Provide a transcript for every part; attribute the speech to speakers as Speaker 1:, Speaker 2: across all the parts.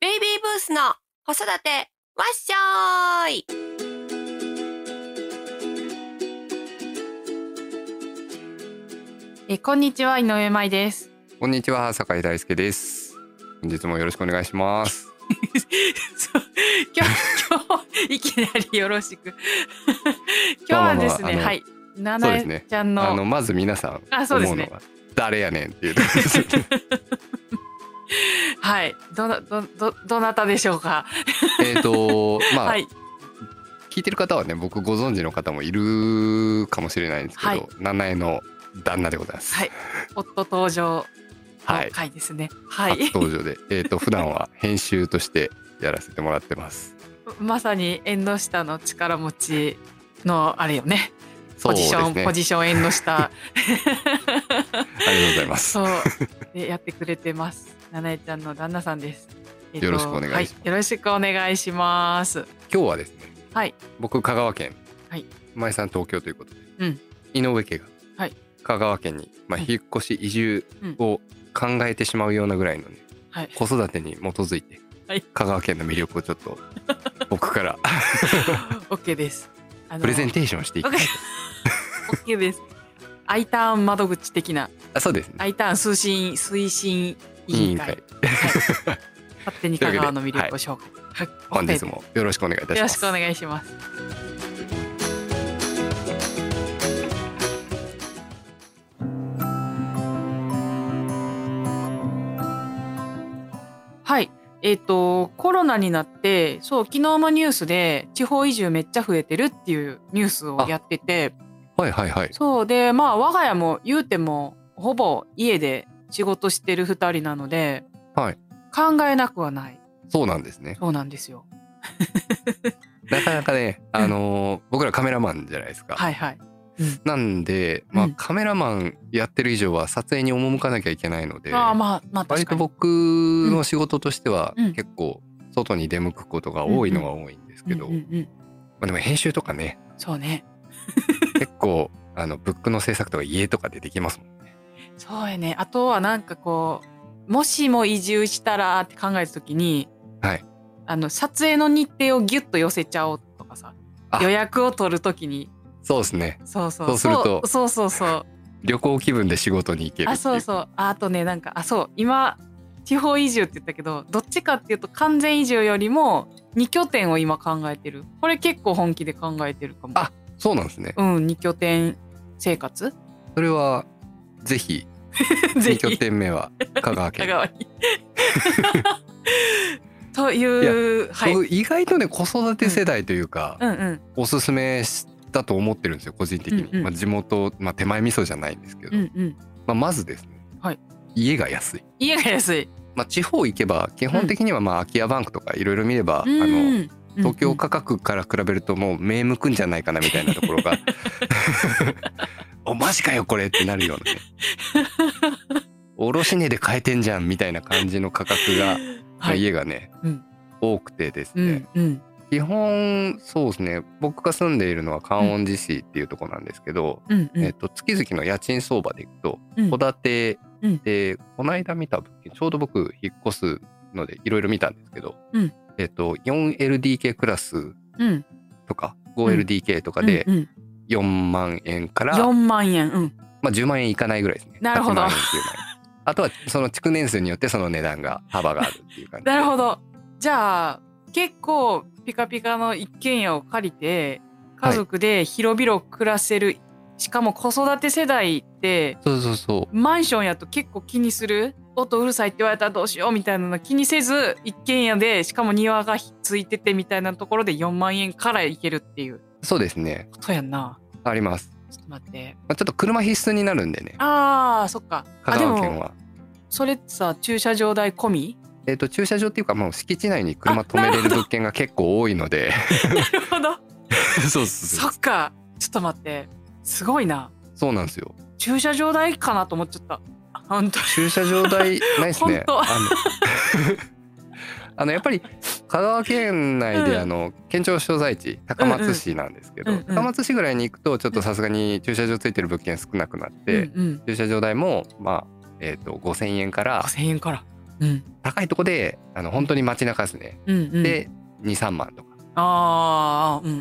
Speaker 1: ースの子育てわっしょーい
Speaker 2: えこんにちは井上舞です。
Speaker 3: こんにちは、酒井大輔です。本日もよろしくお願いします。
Speaker 2: そう今日今日いきなりよろし く。今日はです
Speaker 3: まあまあ
Speaker 2: ね
Speaker 3: まあ
Speaker 2: はいな
Speaker 3: そう
Speaker 2: な
Speaker 3: ですね
Speaker 2: えちゃん
Speaker 3: あ
Speaker 2: の
Speaker 3: のまず皆さん
Speaker 2: あそうで
Speaker 3: 思
Speaker 2: す
Speaker 3: うの
Speaker 2: ね
Speaker 3: は誰やねんっていうところです よね
Speaker 2: はいどなどどどなたでしょうか。
Speaker 3: えっとまあ、
Speaker 2: はい
Speaker 3: 聞いてる方はね僕ご存知の方もいるかもしれないんですけど、
Speaker 2: はい
Speaker 3: 七重の旦那でございます。
Speaker 2: はい夫登場
Speaker 3: は
Speaker 2: の
Speaker 3: い
Speaker 2: 回ですね。はい、
Speaker 3: 初登場で、えっ、と普段は編集としてやらせてもらってます。
Speaker 2: まさに縁の下の力持ちのあれよね
Speaker 3: そ
Speaker 2: ポ
Speaker 3: うで
Speaker 2: ジ
Speaker 3: す
Speaker 2: ション、
Speaker 3: ね。あ
Speaker 2: ポ
Speaker 3: り
Speaker 2: ジション縁の 下
Speaker 3: がとうございます。
Speaker 2: そうでやってくれてます。ななえちゃんの旦那さんです。えっと
Speaker 3: よろしくお願いします
Speaker 2: はよろしくお願いします。
Speaker 3: 今日はですね、
Speaker 2: はい
Speaker 3: 僕香川県、
Speaker 2: はい
Speaker 3: 前さん東京ということで、
Speaker 2: うん
Speaker 3: 井上家が、
Speaker 2: はい
Speaker 3: 香川県に、まあ、
Speaker 2: うん
Speaker 3: 引っ越し移住を考えてしまうようなぐらいのね、
Speaker 2: はい
Speaker 3: 子育てに基づいて、
Speaker 2: はい
Speaker 3: 香川県の魅力をちょっ と僕から
Speaker 2: オッケーです。あの
Speaker 3: プレゼンテーションしてい
Speaker 2: オ
Speaker 3: く
Speaker 2: ッケーオッケーです。I ターン窓口的な
Speaker 3: あそうですね
Speaker 2: I ターン推進推進
Speaker 3: 委
Speaker 2: 委員
Speaker 3: 員
Speaker 2: 会
Speaker 3: 会
Speaker 2: 勝手に香川の魅力を紹介。はい
Speaker 3: 本日もよろしくお願いいた
Speaker 2: よ
Speaker 3: し
Speaker 2: ろ
Speaker 3: ま
Speaker 2: し
Speaker 3: す
Speaker 2: くお願いします。はい。えっ、と、コロナになって、そう、昨日のニュースで、地方移住めっちゃ増えてるっていうニュースをやってて、
Speaker 3: はいはいはい
Speaker 2: そうで、まあ、我が家も言うても、ほぼ家で仕事してる二人なので、
Speaker 3: はい
Speaker 2: 考えなくはない。
Speaker 3: そうなんですね
Speaker 2: そうなんですよ。
Speaker 3: なかなかねあのー僕らカメラマンじゃないですか、
Speaker 2: はいはい。
Speaker 3: なんで、ま
Speaker 2: う
Speaker 3: あ、
Speaker 2: ん
Speaker 3: カメラマンやってる以上は撮影に赴かなきゃいけないので、
Speaker 2: ああ、まあ、まあ、確
Speaker 3: 割
Speaker 2: か
Speaker 3: と
Speaker 2: に。
Speaker 3: 僕の仕事としては
Speaker 2: うん
Speaker 3: 結構外に出向くことが多いのは多いんですけど、
Speaker 2: うんうんうん、
Speaker 3: まあ、でも編集とかね
Speaker 2: そうね
Speaker 3: 結構あのブックの制作とか家とかでできますもんね。
Speaker 2: そうやねあとはなんかこうもしも移住したらって考えた時に、
Speaker 3: はい、
Speaker 2: あの撮影の日程をギュッと寄せちゃおうとかさ
Speaker 3: あ
Speaker 2: 予約を取る時に
Speaker 3: そうですね
Speaker 2: そうそう
Speaker 3: そうすると
Speaker 2: そうそうそうそう
Speaker 3: 旅行気分で仕事に行けるってい
Speaker 2: あそうそうああとねなんかあそう今地方移住って言ったけどどっちかっていうと完全移住よりも2拠点を今考えてるこれ結構本気で考えてるかも
Speaker 3: あそうなんですね。
Speaker 2: うん2拠点生活
Speaker 3: それはぜひ
Speaker 2: ぜ
Speaker 3: 2
Speaker 2: ひ
Speaker 3: 拠点 目は香
Speaker 2: 香
Speaker 3: 川県。
Speaker 2: 川に。 というはい。
Speaker 3: 僕意外とね子育て世代というか、
Speaker 2: うんうん
Speaker 3: おすすめだと思ってるんですよ個人的に。
Speaker 2: うんうん
Speaker 3: まあ、地元、まあ、手前味噌じゃないんですけど、
Speaker 2: うんうん。
Speaker 3: まあ、まずですね、
Speaker 2: はい
Speaker 3: 家が安い。
Speaker 2: 家が安い。
Speaker 3: まあ、地方行けば基本的にはまあ空き家バンクとかいろいろ見れば、あの
Speaker 2: の
Speaker 3: 東京価格から比べる ともう目向くんじゃないかなみたいなところがおマジかよこれってなるようなね卸値で買えてんじゃんみたいな感じの価格が、まあ
Speaker 2: はい。
Speaker 3: 家がね、
Speaker 2: うん
Speaker 3: 多くてです
Speaker 2: う
Speaker 3: ね
Speaker 2: ん、うん
Speaker 3: 基本そうですね僕が住んでいるのは観音寺市っていうとこなんですけど、
Speaker 2: うんう
Speaker 3: えっ
Speaker 2: ん
Speaker 3: と、月々の家賃相場でいくと
Speaker 2: うん
Speaker 3: 戸建てで、この間見た物件ちょうど僕引っ越すのでいろいろ見たんですけど、
Speaker 2: うん
Speaker 3: えっと 4LDK クラス
Speaker 2: うん。
Speaker 3: とか 5LDK とかで
Speaker 2: うんうん
Speaker 3: 4万円から、
Speaker 2: 4万円。うん。
Speaker 3: まあ、10万円いかないぐらいですね
Speaker 2: なるほど
Speaker 3: 8万円9万円あとはその築年数によってその値段が幅があるっていう感じ で
Speaker 2: なるほど。じゃあ結構ピカピカの一軒家を借りて家族で広々暮らせる。しかも子育て世代って
Speaker 3: そうそうそ
Speaker 2: マンションやと結構気にする音うるさいって言われたらどうしようみたいなの気にせず一軒家でしかも庭がついててみたいなところで4万円からいけるっていう
Speaker 3: うそうですね
Speaker 2: ことやんな
Speaker 3: あります、
Speaker 2: ちょっと待って
Speaker 3: まあ、ちょっと車必須になるんでね
Speaker 2: あーそっかあ
Speaker 3: 香
Speaker 2: で
Speaker 3: 川県
Speaker 2: も
Speaker 3: は
Speaker 2: それってさ駐車場代込 み
Speaker 3: えっ、と駐車場っていうかもう敷地内に車
Speaker 2: あ
Speaker 3: 止め
Speaker 2: な
Speaker 3: れ
Speaker 2: る
Speaker 3: る
Speaker 2: ほど
Speaker 3: 物件が結構多いの で
Speaker 2: なるほど
Speaker 3: そうそう
Speaker 2: そ
Speaker 3: そう
Speaker 2: っかちょっと待ってすごいな
Speaker 3: そうなんですよ
Speaker 2: 駐車場代かなと思っちゃった本当に
Speaker 3: 駐車場代ないですね
Speaker 2: 本当
Speaker 3: あの あのやっぱり香川県内
Speaker 2: う
Speaker 3: で
Speaker 2: ん
Speaker 3: あの県庁所在地高松市なんですけど、
Speaker 2: うんうん
Speaker 3: 高松市ぐらいに行くとちょっとさすがに駐車場ついてる物件少なくなって、
Speaker 2: うんうん
Speaker 3: 駐車場代もまあえっ、と5,000円から
Speaker 2: 5000円からうん
Speaker 3: 高いとこであの本当に街中ですね
Speaker 2: うんうん
Speaker 3: で23万とか、
Speaker 2: ああうんうんう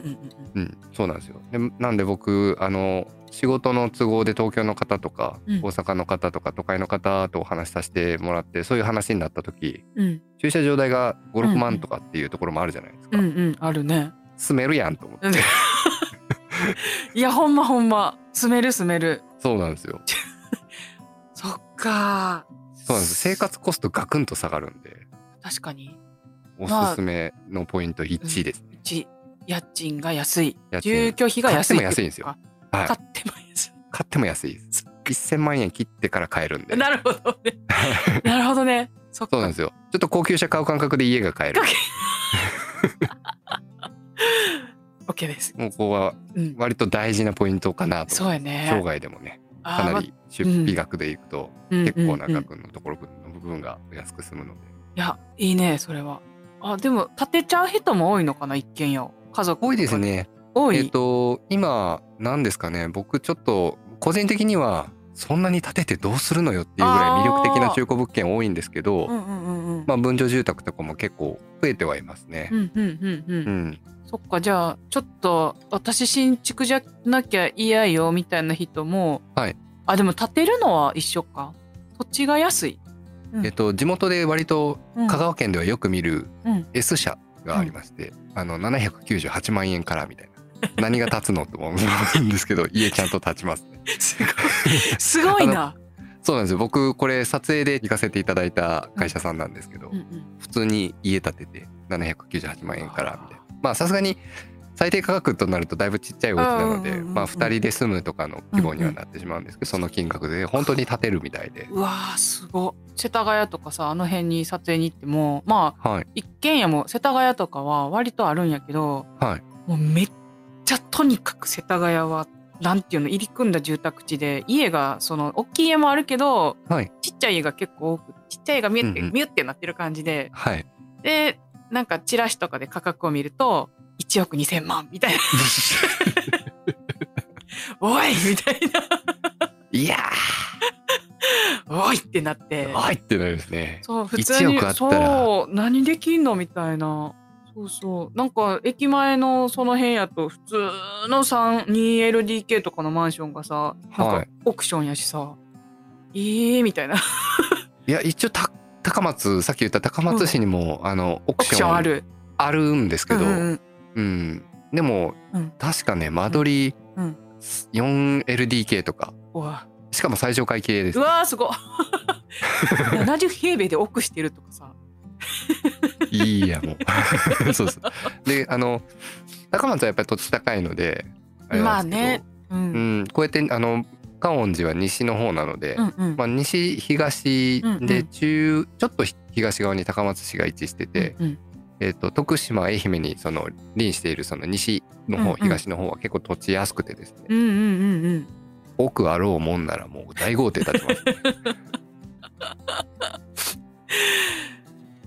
Speaker 2: ん
Speaker 3: うん、そうなんですよでなんで僕あの仕事の都合で東京の方とか
Speaker 2: うん
Speaker 3: 大阪の方とか都会の方とお話しさせてもらってそういう話になった時
Speaker 2: うん
Speaker 3: 駐車場代が
Speaker 2: うんう
Speaker 3: 56
Speaker 2: ん
Speaker 3: 万とかっていうところもあるじゃないですか、
Speaker 2: うんうんあるね
Speaker 3: 住めるやんと思って
Speaker 2: うん いやほんまほんま住める住める
Speaker 3: そうなんですよ
Speaker 2: そっか
Speaker 3: そうなんです生活コストガクンと下がるんで
Speaker 2: 確かに
Speaker 3: おすすめのポイント1ですね、
Speaker 2: うち家賃が安い
Speaker 3: 家賃
Speaker 2: 住居費が安い
Speaker 3: 買っても安いんですよはい
Speaker 2: 買っても安い
Speaker 3: 買っても安いです1000万円切ってから買えるんで
Speaker 2: なるほどねなるほどねそっ
Speaker 3: そうな
Speaker 2: か
Speaker 3: んですよちょっと高級車買う感覚で家が買える
Speaker 2: オッケーです
Speaker 3: もうここは
Speaker 2: うん
Speaker 3: 割と大事なポイントかなと
Speaker 2: そうや
Speaker 3: 生
Speaker 2: ね
Speaker 3: 涯でもね
Speaker 2: あー
Speaker 3: かな
Speaker 2: ま
Speaker 3: り出費額でいくと
Speaker 2: うん
Speaker 3: 結構な
Speaker 2: うんうん
Speaker 3: 額のところの部分が安く済むので
Speaker 2: いやいいねそれはあでも建てちゃう人も多いのかな一軒家を家族とか
Speaker 3: 多いですね
Speaker 2: 多い、
Speaker 3: えっと今何ですかね僕ちょっと個人的にはそんなに建ててどうするのよっていうぐらい魅力的な中古物件多いんですけど
Speaker 2: うんうんうんうん
Speaker 3: まあ分譲住宅とかも結構増えてはいますね
Speaker 2: う。んうんうんう
Speaker 3: うんん、
Speaker 2: そっかじゃあちょっと私新築じゃなきゃ嫌よみたいな人も、
Speaker 3: はい、
Speaker 2: あでも建てるのは一緒か土地が安い、うん
Speaker 3: えっと地元で割と
Speaker 2: うん
Speaker 3: 香川県ではよく見る
Speaker 2: うん
Speaker 3: S 社がありまして、あの798万円からみたいな何が立つのと思うんで すけど家ちゃんと立ちますね
Speaker 2: すごいすごいな、
Speaker 3: そうなんですよ僕これ撮影で行かせていただいた会社さんなんですけど、
Speaker 2: うんうん
Speaker 3: 普通に家建てて798万円からみたいなまあさすがに最低価格となるとだいぶちっちゃいお家なので、
Speaker 2: うんうんうんうん
Speaker 3: まあ、2人で住むとかの規模にはなってしまうんですけど、その金額で本当に建てるみたいで、
Speaker 2: うわーすごい世田谷とかさあの辺に撮影に行ってもまあ
Speaker 3: はい
Speaker 2: 一軒家も世田谷とかは割とあるんやけど
Speaker 3: はい
Speaker 2: もうめっちゃとにかく世田谷はなんていうの入り組んだ住宅地で家がその大きい家もあるけど、
Speaker 3: はい
Speaker 2: ちっちゃい家が結構多くちっちゃい家がミュって、
Speaker 3: うんうん
Speaker 2: ミュってなってる感じで
Speaker 3: はい、
Speaker 2: でなんかチラシとかで価格を見ると1億2,000万みたいな おいみたい
Speaker 3: いや
Speaker 2: なおいってなって
Speaker 3: ーはいってなるんですね
Speaker 2: そう普通に
Speaker 3: 1億あったら
Speaker 2: そう何できんのみたいなそうそうなんか駅前のその辺やと普通の 3- 2LDK とかのマンションがさなん
Speaker 3: は
Speaker 2: か
Speaker 3: い
Speaker 2: オークションやしさ、ええみたいな
Speaker 3: いや一応た高松さっき言った高松市にも、あのオ
Speaker 2: オ
Speaker 3: プ
Speaker 2: ーク
Speaker 3: シ
Speaker 2: ショ
Speaker 3: ョン
Speaker 2: ンあ
Speaker 3: ある
Speaker 2: る
Speaker 3: んですけど、う
Speaker 2: うんんうん
Speaker 3: でも、
Speaker 2: うん
Speaker 3: 確かね間取り
Speaker 2: うん
Speaker 3: 4LDK とか
Speaker 2: うわ
Speaker 3: しかも最上階系です
Speaker 2: うわー すごい70平米で億してるとかさ
Speaker 3: いいやもう そうそうであの高松はやっぱり土地高いのでれ
Speaker 2: まあ
Speaker 3: なんですけど
Speaker 2: ね、うん
Speaker 3: う、ん、こうやってあの観音寺は西の方なので、
Speaker 2: うんうん
Speaker 3: まあ、西東
Speaker 2: うんう
Speaker 3: で
Speaker 2: ん
Speaker 3: 中、ちょっと東側に高松市が位置してて、
Speaker 2: うん
Speaker 3: えっと徳島愛媛にその臨しているその西の方、
Speaker 2: うんうん
Speaker 3: 東の方は結構土地安くてですね
Speaker 2: うんうんうんうん
Speaker 3: 奥あろうもんならもう大豪邸建て ますね
Speaker 2: うん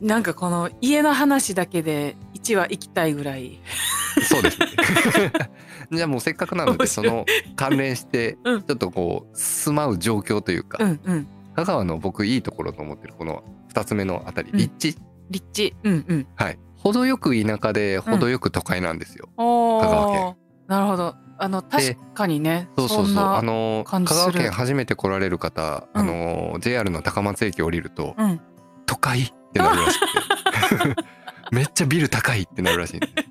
Speaker 2: なんかこの家の話だけで1話行きたいぐらい
Speaker 3: そうですね じゃあもうせっかくなので
Speaker 2: 面
Speaker 3: そ
Speaker 2: 白い
Speaker 3: の関連してちょ
Speaker 2: う
Speaker 3: っ
Speaker 2: ん
Speaker 3: とこう住まう状況というか、
Speaker 2: うんうん
Speaker 3: 香川の僕いいところと思ってるこの2つ目のあたり
Speaker 2: うん
Speaker 3: 立地、
Speaker 2: 立地うんうん
Speaker 3: はい程よく田舎で程よく都会なんですよ、
Speaker 2: お
Speaker 3: 香川
Speaker 2: ーなるほどあの確かにね
Speaker 3: そうそうそうん
Speaker 2: な
Speaker 3: あの香
Speaker 2: 感じする
Speaker 3: 川県初めて来られる方、
Speaker 2: うん
Speaker 3: あの JR の高松駅降りると、
Speaker 2: うん
Speaker 3: 都会ってなるらしくて めっちゃビル高いってなるらしいんですね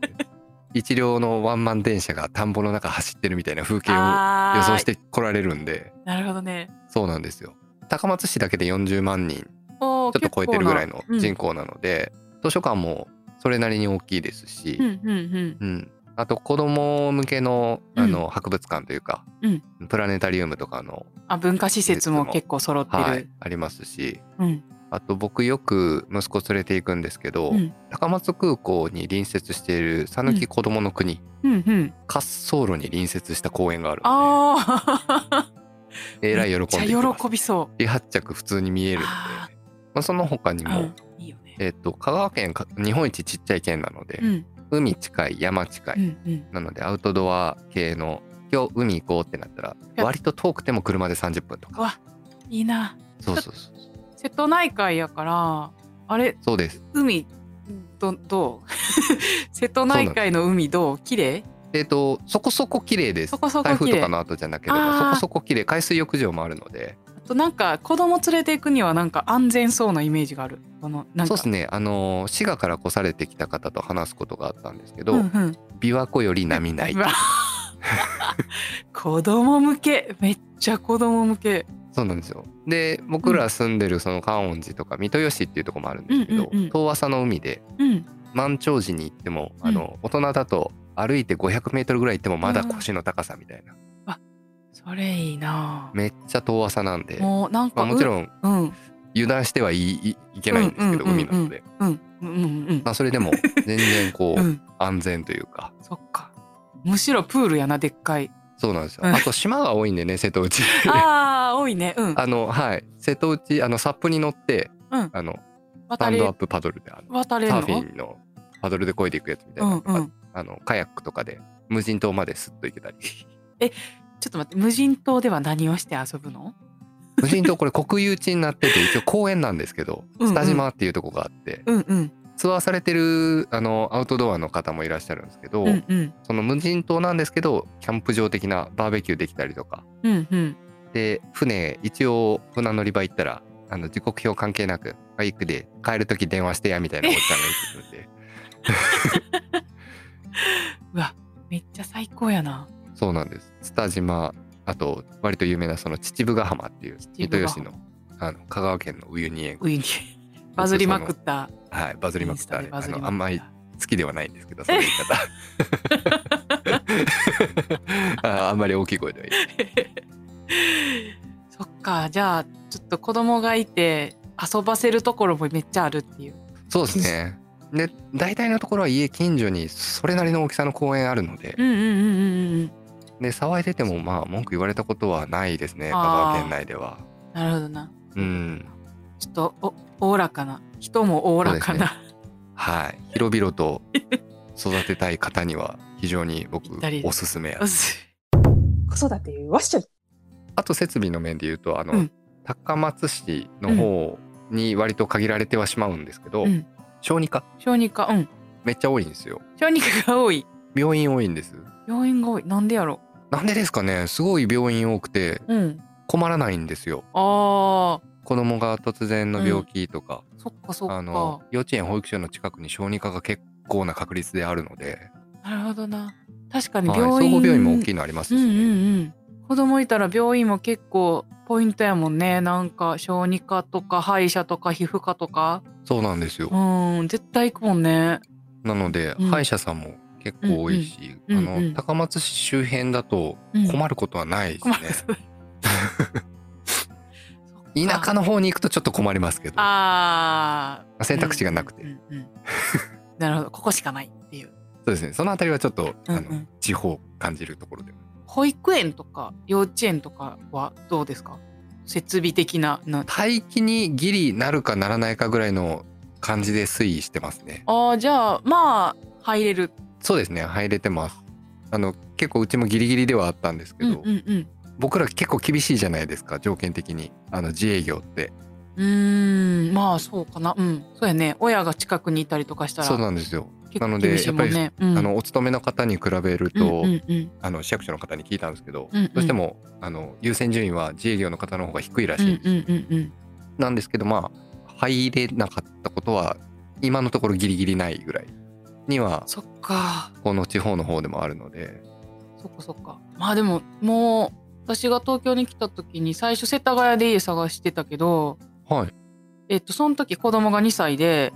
Speaker 3: 一両のワンマン電車が田んぼの中走ってるみたいな風景を
Speaker 2: あー
Speaker 3: 予想して来られるんで
Speaker 2: なるほどね
Speaker 3: そうなんですよ高松市だけで40万人ち
Speaker 2: お
Speaker 3: ょっと超えてるぐらいの人
Speaker 2: 口、
Speaker 3: 口なので、図書館もそれなりに大きいですし、
Speaker 2: うん、うんうん
Speaker 3: うん、あと子供向けのあの博物館というか、
Speaker 2: うん
Speaker 3: プラネタリウムとかの、
Speaker 2: あ文化施設も結構揃ってる、
Speaker 3: はい、ありますし
Speaker 2: うん
Speaker 3: あと僕よく息子連れて行くんですけど、
Speaker 2: うん
Speaker 3: 高松空港に隣接している讃岐こどもの国、
Speaker 2: うんうん
Speaker 3: 滑走路に隣接した公園があるの
Speaker 2: あ
Speaker 3: で
Speaker 2: ー
Speaker 3: えらい喜んで行
Speaker 2: めっ
Speaker 3: き
Speaker 2: ち
Speaker 3: ま
Speaker 2: ゃ
Speaker 3: す
Speaker 2: 喜びそ
Speaker 3: 離発着普通に見えるんで、
Speaker 2: あ
Speaker 3: まあ、その他に
Speaker 2: う、う
Speaker 3: も、
Speaker 2: ん、いいよね
Speaker 3: えっと香川県か日本一ちっちゃい県なので、
Speaker 2: うん
Speaker 3: 海近い山近い、
Speaker 2: うんうん
Speaker 3: なのでアウトドア系の今日海行こうってなったら割と遠くても車で30分と
Speaker 2: う
Speaker 3: か
Speaker 2: わいいな
Speaker 3: そうそうそう
Speaker 2: 世瀬戸内海やからあれ
Speaker 3: そうです
Speaker 2: 海どどう 瀬戸内海の海どう綺麗
Speaker 3: えっ、とそこそこ綺麗です
Speaker 2: そこそこ
Speaker 3: 台風
Speaker 2: 綺
Speaker 3: とか
Speaker 2: 麗
Speaker 3: の後じゃなければ
Speaker 2: あー
Speaker 3: そこそこ綺麗海水浴場もあるので
Speaker 2: あとなんか子供連れて行くにはなんか安全そうなイメージがあるこのなん
Speaker 3: そう
Speaker 2: か
Speaker 3: ですねあのー滋賀から来されてきた方と話すことがあったんですけど、
Speaker 2: うんうん
Speaker 3: 琵琶湖より波ないう
Speaker 2: わ 子供向けめっちゃ子供向け
Speaker 3: そうなんですよで僕ら住んでるその観音寺とか三豊市っていうとこもあるんですけど、
Speaker 2: うんうんうん
Speaker 3: 遠浅の海で
Speaker 2: うん
Speaker 3: 満潮時に行ってもあの、大人だと歩いて500メートルぐらい行ってもまだ腰の高さみたいな、
Speaker 2: それいいな
Speaker 3: めっちゃ遠浅なんで、ま
Speaker 2: もうなんか、
Speaker 3: あ、もち
Speaker 2: ん
Speaker 3: ろん
Speaker 2: うんうん
Speaker 3: 油断してはいいいいけないんですけど、
Speaker 2: うんうんうん
Speaker 3: 海なので、
Speaker 2: うんうん
Speaker 3: まあ、それで も全然こ
Speaker 2: う
Speaker 3: う、
Speaker 2: ん
Speaker 3: 安全というか
Speaker 2: そっかむしろプールやなでっか い
Speaker 3: そうなんですよ、
Speaker 2: うん
Speaker 3: あと島が多いんでね瀬戸内
Speaker 2: あー多いねうん
Speaker 3: あのはい瀬戸内あのサップに乗って、
Speaker 2: うん
Speaker 3: あの
Speaker 2: 渡
Speaker 3: ハンドアッ
Speaker 2: れ
Speaker 3: プパドルであの
Speaker 2: 渡れん
Speaker 3: サーフ
Speaker 2: の
Speaker 3: ィンのパドルで漕いでいくやつみたいうな、
Speaker 2: んうん
Speaker 3: あのカヤックとかで無人島まですっと行けたり
Speaker 2: ちょっと待って無人島では何をして遊ぶの
Speaker 3: 無人島これ国有地になってて一応公園なんですけど
Speaker 2: うんうん
Speaker 3: スタジマっていうとこがあって
Speaker 2: うんうん
Speaker 3: ツアーされてるあのアウトドアの方もいらっしゃるんですけ
Speaker 2: う
Speaker 3: ど、
Speaker 2: んうん
Speaker 3: その無人島なんですけどキャンプ場的なバーベキューできたりとか
Speaker 2: うんうん
Speaker 3: で船一応船乗り場行ったらあの時刻表関係なくバイクで帰る時電話してやみたいなおっちゃんが言ってくる んで
Speaker 2: うわめっちゃ最高やな
Speaker 3: そうなんです蔦島あと割と有名なその秩父ヶ浜っていう三豊市のあの香川県のウユニ塩湖
Speaker 2: ウイニ バズりまくった
Speaker 3: はいバズりまくった
Speaker 2: イ
Speaker 3: あ
Speaker 2: ン
Speaker 3: れ
Speaker 2: スタでバ
Speaker 3: あ
Speaker 2: ズりまくった
Speaker 3: のあんまり好きではないんですけどその言い 方 ああんまり大きい声では言えない
Speaker 2: そっかじゃあちょっと子供がいて遊ばせるところもめっちゃあるっていう
Speaker 3: そうですねで大体のところは家近所にそれなりの大きさの公園あるので
Speaker 2: うんうんうんうんうん
Speaker 3: で騒いでてもまあ文句言われたことはないですね
Speaker 2: あ
Speaker 3: 香
Speaker 2: ー
Speaker 3: 川県内では
Speaker 2: なるほどな
Speaker 3: うん
Speaker 2: ちょっとおおおらかな人もおおらかな、
Speaker 3: はい広々と育てたい方には非常に僕
Speaker 2: ぴったりで
Speaker 3: お
Speaker 2: す
Speaker 3: すすめや
Speaker 2: 子育てわっしょい
Speaker 3: あと設備の面で言うとあの、
Speaker 2: うん
Speaker 3: 高松市の方に割と限られてはしまうんですけど、
Speaker 2: うん
Speaker 3: 小児科
Speaker 2: 小児科うん
Speaker 3: めっちゃ多いんですよ
Speaker 2: 小児科が多い
Speaker 3: 病院多いんです
Speaker 2: 病院が多いなんでやろ
Speaker 3: なんでですかねすごい病院多くて
Speaker 2: ううん
Speaker 3: 困らないんですよ
Speaker 2: あー
Speaker 3: 子供が突然の病気とか、
Speaker 2: そっかそっ
Speaker 3: あ
Speaker 2: か
Speaker 3: の幼稚園保育所の近くに小児科が結構な確率であるので、
Speaker 2: なるほどな確かに
Speaker 3: はい、
Speaker 2: 病院、
Speaker 3: 総合病院も大き
Speaker 2: い
Speaker 3: いのあります
Speaker 2: うん
Speaker 3: し、
Speaker 2: う
Speaker 3: ね
Speaker 2: んうん子供いたら病院も結構ポイントやもんねなんか小児科とか歯医者とか皮膚科とか
Speaker 3: そうなんですよ、
Speaker 2: うん絶対行くもんね
Speaker 3: なので、
Speaker 2: うん
Speaker 3: 歯医者さんも結構多いし、
Speaker 2: うんうん
Speaker 3: あの、
Speaker 2: うんうん
Speaker 3: 高松市周辺だと
Speaker 2: うん
Speaker 3: 困ることはないです
Speaker 2: 困
Speaker 3: ね
Speaker 2: る、
Speaker 3: 田舎の方に行くとちょっと困りますけど
Speaker 2: ああ
Speaker 3: 選択肢がなくて、
Speaker 2: うんうんうんうんなるほどここしかないっていう、
Speaker 3: そうですねそのあたりはちょっと、
Speaker 2: うんう
Speaker 3: あの
Speaker 2: ん、
Speaker 3: 地方感じるところで
Speaker 2: 保育園とか幼稚園とかはどうですか設備的なな
Speaker 3: 待機にギリなるかならないかぐらいの感じで推移してますね
Speaker 2: あーじゃあまあ入れる
Speaker 3: そうですね入れてますあの結構うちもギリギリではあったんですけ
Speaker 2: うん
Speaker 3: ど、
Speaker 2: うんうん
Speaker 3: 僕ら結構厳しいじゃないですか条件的にあの自営業って
Speaker 2: うーんまあそうかなうんそうやね親が近くにいたりとかしたら
Speaker 3: そうなんですよ、
Speaker 2: 結
Speaker 3: な
Speaker 2: 構
Speaker 3: ので
Speaker 2: 厳しいもんねうん
Speaker 3: あのお勤めの方に比べる
Speaker 2: うんう
Speaker 3: と、
Speaker 2: んうん
Speaker 3: あの市役所の方に聞いたんですけど、
Speaker 2: うんうん
Speaker 3: どうしてもあの優先順位は自営業の方の方が低いら
Speaker 2: う
Speaker 3: し
Speaker 2: ん
Speaker 3: いんです、
Speaker 2: うんうんうん
Speaker 3: なんですけどまあ入れなかったことは今のところギリギリないぐらいには
Speaker 2: そっか
Speaker 3: この地方の方でもあるので
Speaker 2: そっかそっかまあでももう私が東京に来た時に最初世田谷で家探してたけど
Speaker 3: はい
Speaker 2: えっとその時子供が2歳で、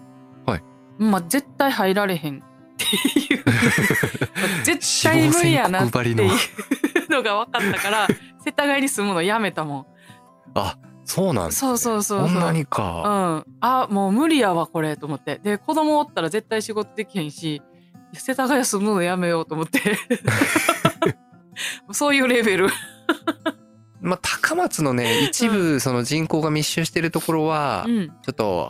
Speaker 3: はい
Speaker 2: まあ絶対入られへんっていう 絶対無理やなっていう のが分かったから世田谷に住むのやめたもん
Speaker 3: あそうなんです、ね、
Speaker 2: そうそうそうそう
Speaker 3: こんなに
Speaker 2: う
Speaker 3: か、
Speaker 2: んあもう無理やわこれと思ってで子供おったら絶対仕事できへんし世田谷住むのやめようと思って そういうレベル
Speaker 3: まあ高松のね一部その人口が密集してるところは、
Speaker 2: うん
Speaker 3: ちょっと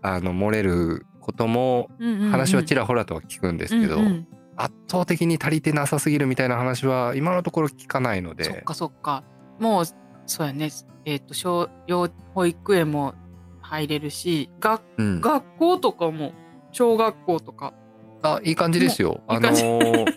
Speaker 3: あの漏れることも
Speaker 2: うんうんうん
Speaker 3: 話はちらほらとは聞くんですけど、
Speaker 2: うんうん
Speaker 3: 圧倒的に足りてなさすぎるみたいな話は今のところ聞かないの
Speaker 2: そっ
Speaker 3: で
Speaker 2: かそっかもうそうやねえっ、と小幼保育園も入れるしが
Speaker 3: うん、
Speaker 2: 学校とかも小学校とか
Speaker 3: あいい感じですよ。
Speaker 2: い
Speaker 3: あ
Speaker 2: い
Speaker 3: の
Speaker 2: 感じ
Speaker 3: ー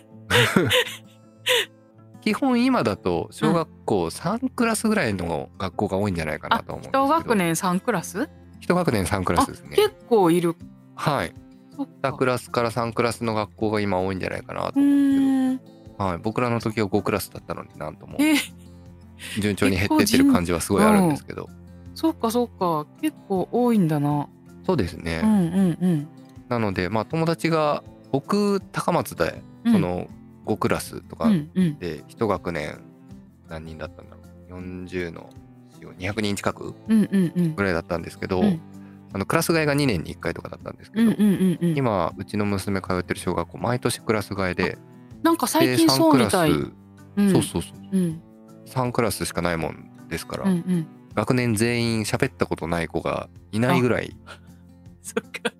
Speaker 3: 基本今だと小学校3クラスぐらいの学校が多いんじゃないかな
Speaker 2: あ
Speaker 3: と思うんですけど
Speaker 2: 一学年3クラス
Speaker 3: 一学年3クラスですね。
Speaker 2: 結構いる
Speaker 3: はい
Speaker 2: そっか
Speaker 3: 2クラスから3クラスの学校が今多いんじゃないかな
Speaker 2: う
Speaker 3: と、
Speaker 2: ーん
Speaker 3: はい、僕らの時は5クラスだったのになんとも
Speaker 2: え
Speaker 3: 順調に減ってってる感じはすごいあるんですけど
Speaker 2: そっかそっか結構多いんだな
Speaker 3: そうです
Speaker 2: うん
Speaker 3: ね、
Speaker 2: うん
Speaker 3: なのでまあ友達が僕高松で
Speaker 2: うん
Speaker 3: その5クラスと
Speaker 2: う
Speaker 3: か
Speaker 2: んうん
Speaker 3: で一学年何人だったんだろう40の200人近く
Speaker 2: うんうんうん
Speaker 3: ぐらいだったんですけど、
Speaker 2: うん
Speaker 3: あのクラス替えが2年に1回とかだったんですけ
Speaker 2: う
Speaker 3: ど、
Speaker 2: んうんうんうん
Speaker 3: 今うちの娘通ってる小学校毎年クラス替えで
Speaker 2: なんか
Speaker 3: で
Speaker 2: 最近そうみたい、
Speaker 3: 3ク
Speaker 2: うん
Speaker 3: ラス、そうそうそ
Speaker 2: う
Speaker 3: う
Speaker 2: ん
Speaker 3: 3クラスしかないもんですか
Speaker 2: うん
Speaker 3: ら、
Speaker 2: うん
Speaker 3: 学年全員喋ったことない子がいないぐらい
Speaker 2: そっか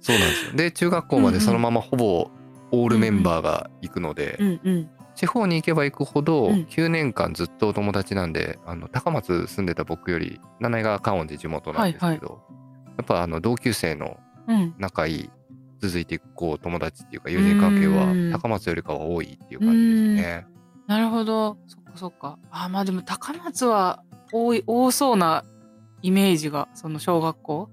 Speaker 3: そうなんですよで中学校までそのままほぼオールメンバーが行くので、
Speaker 2: うんうん
Speaker 3: 地方に行けば行くほど
Speaker 2: うん
Speaker 3: 9年間ずっとお友達なんで、あの高松住んでた僕より七井川観音寺地元なんですけど、やっぱあの同級生の
Speaker 2: うん
Speaker 3: 仲いい続いていくこう友達っていうか友人関係
Speaker 2: うん
Speaker 3: は高松よりかは多いっていう感じですね。
Speaker 2: なるほどそっかそっかあーまあでも高松は多い多そうなイメージがその小学校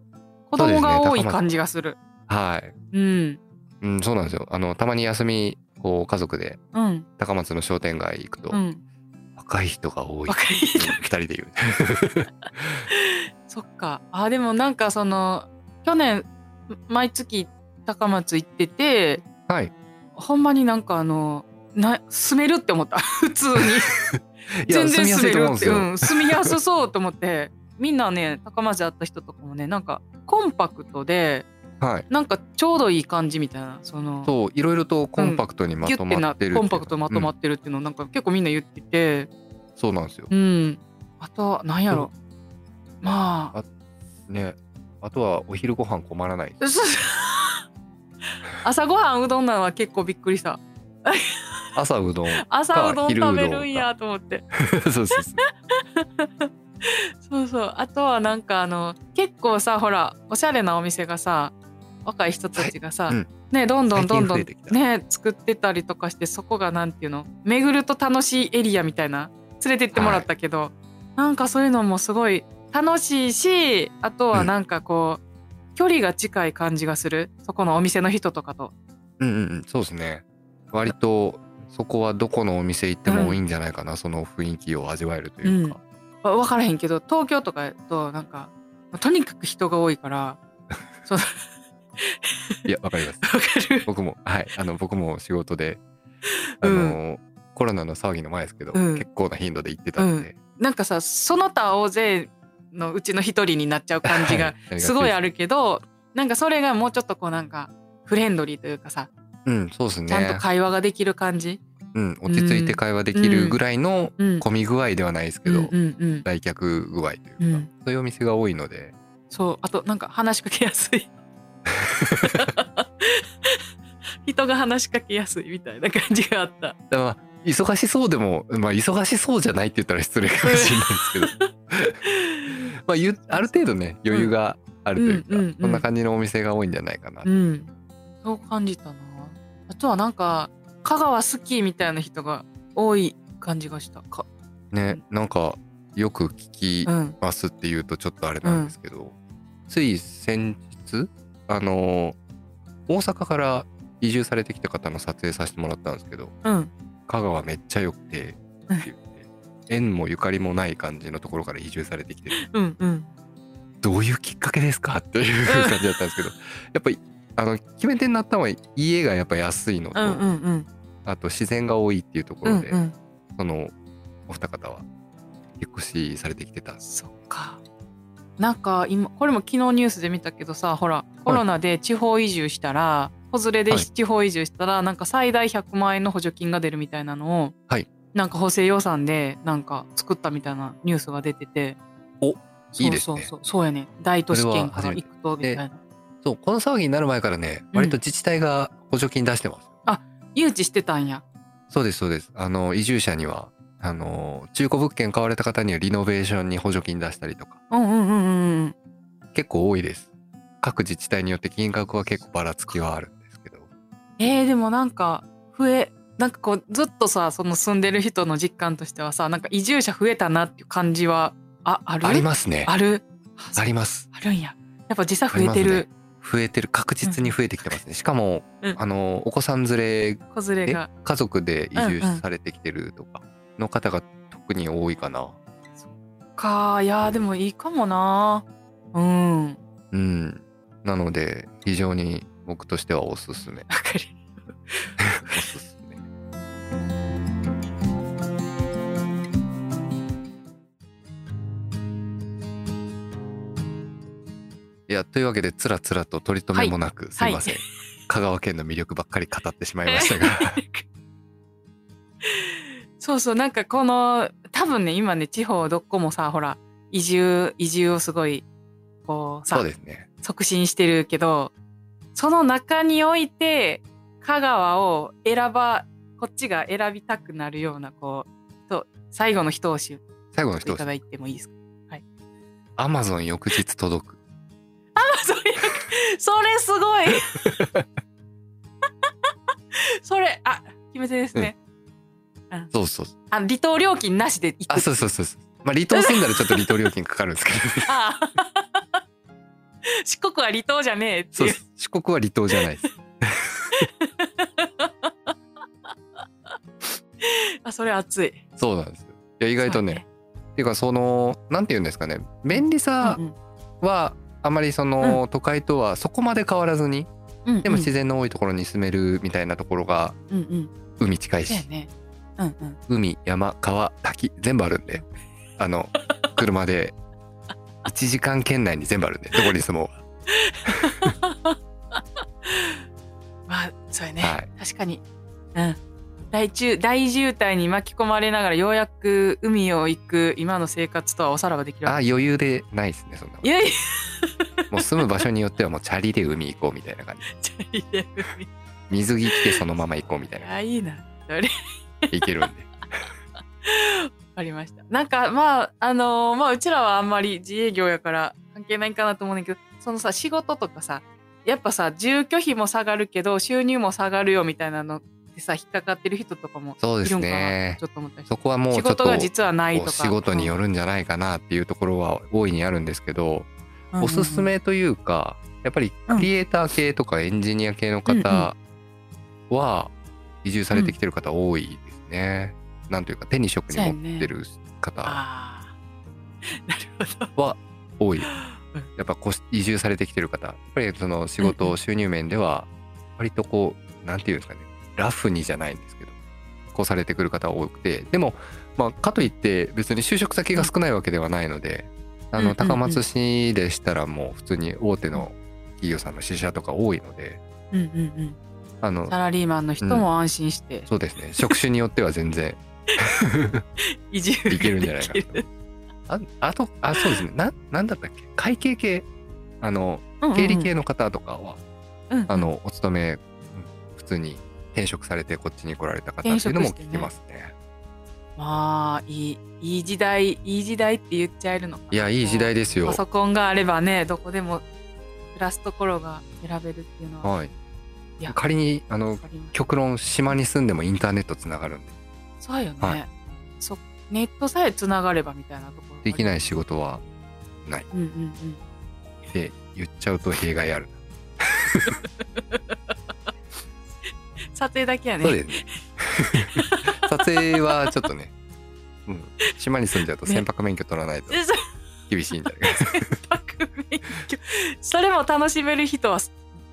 Speaker 2: 子
Speaker 3: そうで
Speaker 2: 供
Speaker 3: すね
Speaker 2: が多い
Speaker 3: 高松
Speaker 2: 感じがする
Speaker 3: はい、
Speaker 2: うん
Speaker 3: うん、そうなんですよあのたまに休みこう家族で
Speaker 2: うん
Speaker 3: 高松の商店街行くと、
Speaker 2: うん
Speaker 3: 若い人が多い
Speaker 2: わかり
Speaker 3: うん二人で言う
Speaker 2: そっかあーでもなんかその去年毎月高松行ってて
Speaker 3: はい
Speaker 2: ほんまになんかあのな住めるって思った 普通に
Speaker 3: いや
Speaker 2: 全然
Speaker 3: 住みやす
Speaker 2: 住
Speaker 3: い
Speaker 2: め
Speaker 3: と思
Speaker 2: る
Speaker 3: うん
Speaker 2: っ
Speaker 3: で
Speaker 2: て
Speaker 3: すよ、
Speaker 2: うん、住みやすそうと思ってみんなね高松で会った人とかもねなんかコンパクトで
Speaker 3: はい
Speaker 2: なんかちょうどいい感じみたいなその
Speaker 3: そういろいろとコンパクトにま
Speaker 2: ギュ
Speaker 3: と
Speaker 2: ッて
Speaker 3: ま
Speaker 2: な
Speaker 3: ってる
Speaker 2: コンパクトまとま
Speaker 3: っ
Speaker 2: ってるっていうのなんか結構みんな言ってて
Speaker 3: て、うんそうなんですよ
Speaker 2: うんあとはなんやろまあ
Speaker 3: ねあとはお昼ご飯困らない
Speaker 2: 朝ごはんうどんなのは結構びっくりした
Speaker 3: 朝う どん
Speaker 2: 朝うどん
Speaker 3: 昼うど
Speaker 2: 食
Speaker 3: んか
Speaker 2: べるんやと思って
Speaker 3: そうそうそう
Speaker 2: そうそうあとはなんかあの結構さほらおしゃれなお店がさ若い人たちがさ、
Speaker 3: はいうん
Speaker 2: ねどんどんどんどん
Speaker 3: 最近増えてきた
Speaker 2: ね作ってたりとかしてそこがなんていうの巡ると楽しいエリアみたいな連れてってもらったけど、なんかそういうのもすごい楽しいしあとはなんかこう、距離が近い感じがするそこのお店の人とかと。
Speaker 3: うんうんうんそうですね割とそこはどこのお店行ってもいいんじゃないかな、その雰囲気を味わえるというか、
Speaker 2: わ分からへんけど東京とかやとなんかとにかく人が多いから。そう
Speaker 3: いやわかります
Speaker 2: わかる
Speaker 3: 僕もはいあの僕も仕事であの、コロナの騒ぎの前ですけど、
Speaker 2: うん
Speaker 3: 結構な頻度で行ってたんで、
Speaker 2: なんかさその他大勢のうちの一人になっちゃう感じが
Speaker 3: はいありがち
Speaker 2: すごいあるけどなんかそれがもうちょっとこうなんかフレンドリーというかさ
Speaker 3: うんそうですね
Speaker 2: ちゃんと会話ができる感じ、
Speaker 3: うん、落ち着いて会話できるぐらいの
Speaker 2: うん、
Speaker 3: 混み具合ではないですけ
Speaker 2: うん
Speaker 3: ど、
Speaker 2: うんうん
Speaker 3: 来客具合というか、
Speaker 2: うん
Speaker 3: そういうお店が多いので
Speaker 2: そうあとなんか話しかけやすい人が話しかけやすいみたいな感じがあった
Speaker 3: だからまあ忙しそうでも、まあ、忙しそうじゃないって言ったら失礼かもしれな いですけどまあゆある程度ね余裕があるというか、
Speaker 2: うんうんうん
Speaker 3: そん な感じのお店が多いんじゃないかな、
Speaker 2: うんそう感じたなあとはなんか香川好きみたいな人が多い感じがしたか
Speaker 3: ねなんかよく聞き
Speaker 2: うん
Speaker 3: ますっていうとちょっとあれなんですけど、つい先日あの大阪から移住されてきた方の撮影させてもらったんですけど
Speaker 2: うん
Speaker 3: 香川めっちゃ良くてって言って縁もゆかりもない感じのところから移住されてきて
Speaker 2: うんうん
Speaker 3: どういうきっかけですかっていう
Speaker 2: うん
Speaker 3: 感じだったん ですけどやっぱりあの決め手になったのは家がやっぱ安いのと、
Speaker 2: うんうんうん
Speaker 3: あと自然が多いっていうとこ
Speaker 2: うん
Speaker 3: ろで、
Speaker 2: うん
Speaker 3: そのお二方は引っ越しされてきてたんです
Speaker 2: そっかなんか今これも昨日ニュースで見たけどさほらコロナで地方移住したら子連れで
Speaker 3: はい
Speaker 2: 地方移住したらなんか最大100万円の補助金が出るみたいなのを、
Speaker 3: はい
Speaker 2: なんか補正予算でなんか作ったみたいなニュースが出てて
Speaker 3: お
Speaker 2: そう
Speaker 3: いいです
Speaker 2: そう
Speaker 3: ね
Speaker 2: そうそうやね大都市圏か
Speaker 3: そ
Speaker 2: ら
Speaker 3: れは初め
Speaker 2: 行
Speaker 3: て
Speaker 2: くとみたいな
Speaker 3: そうこの騒ぎになる前からね
Speaker 2: うん
Speaker 3: 割と自治体が補助金出してます、
Speaker 2: 誘致してたんや
Speaker 3: そうですそうですあの移住者にはあの中古物件買われた方にはリノベーションに補助金出したりとか
Speaker 2: うんうんうんうんうん
Speaker 3: 結構多いです各自治体によって金額は結構ばらつきはあるんですけど
Speaker 2: えー、でもなんか増えなんかこうずっとさその住んでる人の実感としてはさなんか移住者増えたなっていう感じはあある
Speaker 3: ありますね
Speaker 2: ある
Speaker 3: あります
Speaker 2: あるんややっぱ実際増えてる
Speaker 3: 増えてる確実に増えてきてますねしかも、
Speaker 2: うん
Speaker 3: あのお子さん連れ
Speaker 2: 子連れ
Speaker 3: で
Speaker 2: が
Speaker 3: 家族で移
Speaker 2: うんうん
Speaker 3: 住されてきてるとかの方が特に多いかな
Speaker 2: かいやーでもいいかもなうんわ
Speaker 3: うんなので非常に僕としてはおすすめ
Speaker 2: かる
Speaker 3: おすすめいやというわけでつらつらと取り留めもなく、すいません、香川県の魅力ばっかり語ってしまいました が
Speaker 2: そうそうなんかこの多分ね今ね地方どこもさほら移住移住をすごいこう
Speaker 3: そ
Speaker 2: さ
Speaker 3: うですね
Speaker 2: 促進してるけどその中において香川を選ばこっちが選びたくなるようなこうと最後の一押し
Speaker 3: 最後の
Speaker 2: い
Speaker 3: 一
Speaker 2: た
Speaker 3: つ
Speaker 2: だいてもいい ですか
Speaker 3: アマゾン翌日届く
Speaker 2: そういうそれすごい それあ決め手ですね、
Speaker 3: そうそう
Speaker 2: あ離島料金なしで行く
Speaker 3: あそうそうそうそうまあ離島住んだらちょっと離島料金かかるんですけ ど、ね、
Speaker 2: あ あ四国は離島じゃねえって
Speaker 3: そう
Speaker 2: い
Speaker 3: で
Speaker 2: う
Speaker 3: す四国は離島じゃないです
Speaker 2: あそれ熱い
Speaker 3: そうなんですよいや意外とねっていうかそのなんて言うんですかね便利
Speaker 2: そう
Speaker 3: さ
Speaker 2: ね
Speaker 3: はあまりその、都会とはそこまで変わらずに
Speaker 2: うんうん
Speaker 3: でも自然の多いところに住めるみたいなところが
Speaker 2: うんうん
Speaker 3: 海近い
Speaker 2: そうや
Speaker 3: し
Speaker 2: ねうんうん
Speaker 3: 海山川滝全部あるんで あの車で1時間圏内に全部あるんでどこに住も
Speaker 2: まあそうやね、
Speaker 3: はい
Speaker 2: 確かにうん大中大渋滞に巻き込まれながらようやく海を行く今の生活とはおさらばでき
Speaker 3: う
Speaker 2: る
Speaker 3: あ
Speaker 2: わけ
Speaker 3: 余裕でないですねそんなこと
Speaker 2: いやいや
Speaker 3: もう住む場所によってはもうチャリで海行こうみたいな感
Speaker 2: チ
Speaker 3: じ
Speaker 2: ャリで海
Speaker 3: 水着着てそのまま行こうみた いな
Speaker 2: あいいなそれ
Speaker 3: 行けるんで
Speaker 2: ありましたなんかまああのーまあうちらはあんまり自営業やから関係ないかなと思うねんだけどそのさ仕事とかさやっぱさ住居費も下がるけど収入も下がるよみたいなのってさ引っかかってる人とかも
Speaker 3: そう
Speaker 2: い
Speaker 3: です
Speaker 2: るんかな
Speaker 3: ね
Speaker 2: ってちょっと思ったりして
Speaker 3: そこはもう
Speaker 2: 仕
Speaker 3: ちょっと
Speaker 2: 事が実はないと
Speaker 3: こう
Speaker 2: か
Speaker 3: 仕事によ
Speaker 2: る、
Speaker 3: るんじゃないかなっていうところは大いにあるんですけど、
Speaker 2: うんうんうん
Speaker 3: おすすめというかやっぱり
Speaker 2: うん
Speaker 3: クリエイター系とかエンジニア系の方は移住されてきてる方多いですね。なんというか手に職に持ってる方
Speaker 2: あーなるほど
Speaker 3: は多い。やっぱこう移住されてきてる方やっぱりその仕
Speaker 2: うんう
Speaker 3: 事
Speaker 2: ん
Speaker 3: 収入面では割とこうなんていうんですかねラフにじゃないんですけどこうされてくる方多くてでもまあかといって別に就職先が少ないわけではないのであ
Speaker 2: うんうんう
Speaker 3: の
Speaker 2: ん
Speaker 3: 高松市でしたらもう普通に大手の企業さんの支社とか多いので
Speaker 2: うんうん
Speaker 3: あ
Speaker 2: う
Speaker 3: の
Speaker 2: ん、サラリーマンの人も安心して
Speaker 3: そうですね職種によっては全然
Speaker 2: 移住
Speaker 3: いけるんじゃないか
Speaker 2: でき
Speaker 3: な
Speaker 2: る
Speaker 3: ああとあそうですねななんだったっけ会計系あの
Speaker 2: うんうんうん
Speaker 3: 経理系の方とかは
Speaker 2: うんうん
Speaker 3: あのお勤めうん普通に転職されてこっちに来られた方っていうのも聞きますね。
Speaker 2: まあいいいい時代いい時代って言っちゃえるのかない
Speaker 3: やいい時代ですよ
Speaker 2: パ。ソコンがあればねどこでも暮らすところが選べるっていうのは
Speaker 3: はい
Speaker 2: いや。
Speaker 3: 仮にあの
Speaker 2: わかります
Speaker 3: 極論島に住んでもインターネットつながるんで
Speaker 2: そうよね、
Speaker 3: はい
Speaker 2: そネットさえつながればみたいなところ
Speaker 3: できないい仕事はない
Speaker 2: うんうんうん
Speaker 3: って言っちゃうと弊害ある。
Speaker 2: 撮影だけやね
Speaker 3: そうですね。 撮影はちょっとね、うん、島に住んじゃうと
Speaker 2: ね
Speaker 3: 船舶免許取らないと
Speaker 2: す
Speaker 3: 厳しいん じゃないかな。
Speaker 2: それも楽しめる人は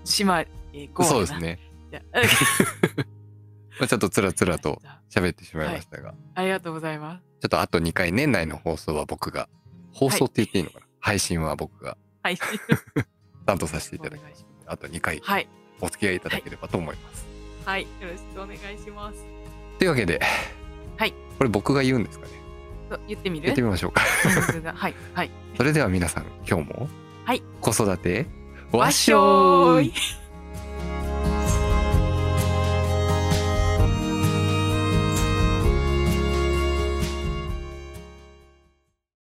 Speaker 2: 島へ行こう
Speaker 3: そうですね。
Speaker 2: いやうん
Speaker 3: まあちょっとつらつらと喋ってしまいましたが、
Speaker 2: ありがとうございます
Speaker 3: ちょっとあと2回年内の放送は僕が放送って言っていいのかな、配信は僕が
Speaker 2: はい
Speaker 3: 担当させていただき
Speaker 2: お願いし
Speaker 3: あと2回
Speaker 2: はい
Speaker 3: お付き合いいただければと思います。
Speaker 2: はいよろしくお願いします
Speaker 3: というわけで、
Speaker 2: はい
Speaker 3: これ僕が言うんですかね
Speaker 2: と言ってみる
Speaker 3: 言ってみましょうか。
Speaker 2: はいはい
Speaker 3: それでは皆さん今日も
Speaker 2: はい
Speaker 3: 子育て
Speaker 2: わ
Speaker 3: わ
Speaker 2: っ
Speaker 3: っ
Speaker 2: し
Speaker 3: し
Speaker 2: ょ
Speaker 3: ょ
Speaker 2: ー
Speaker 3: ー
Speaker 2: い
Speaker 3: い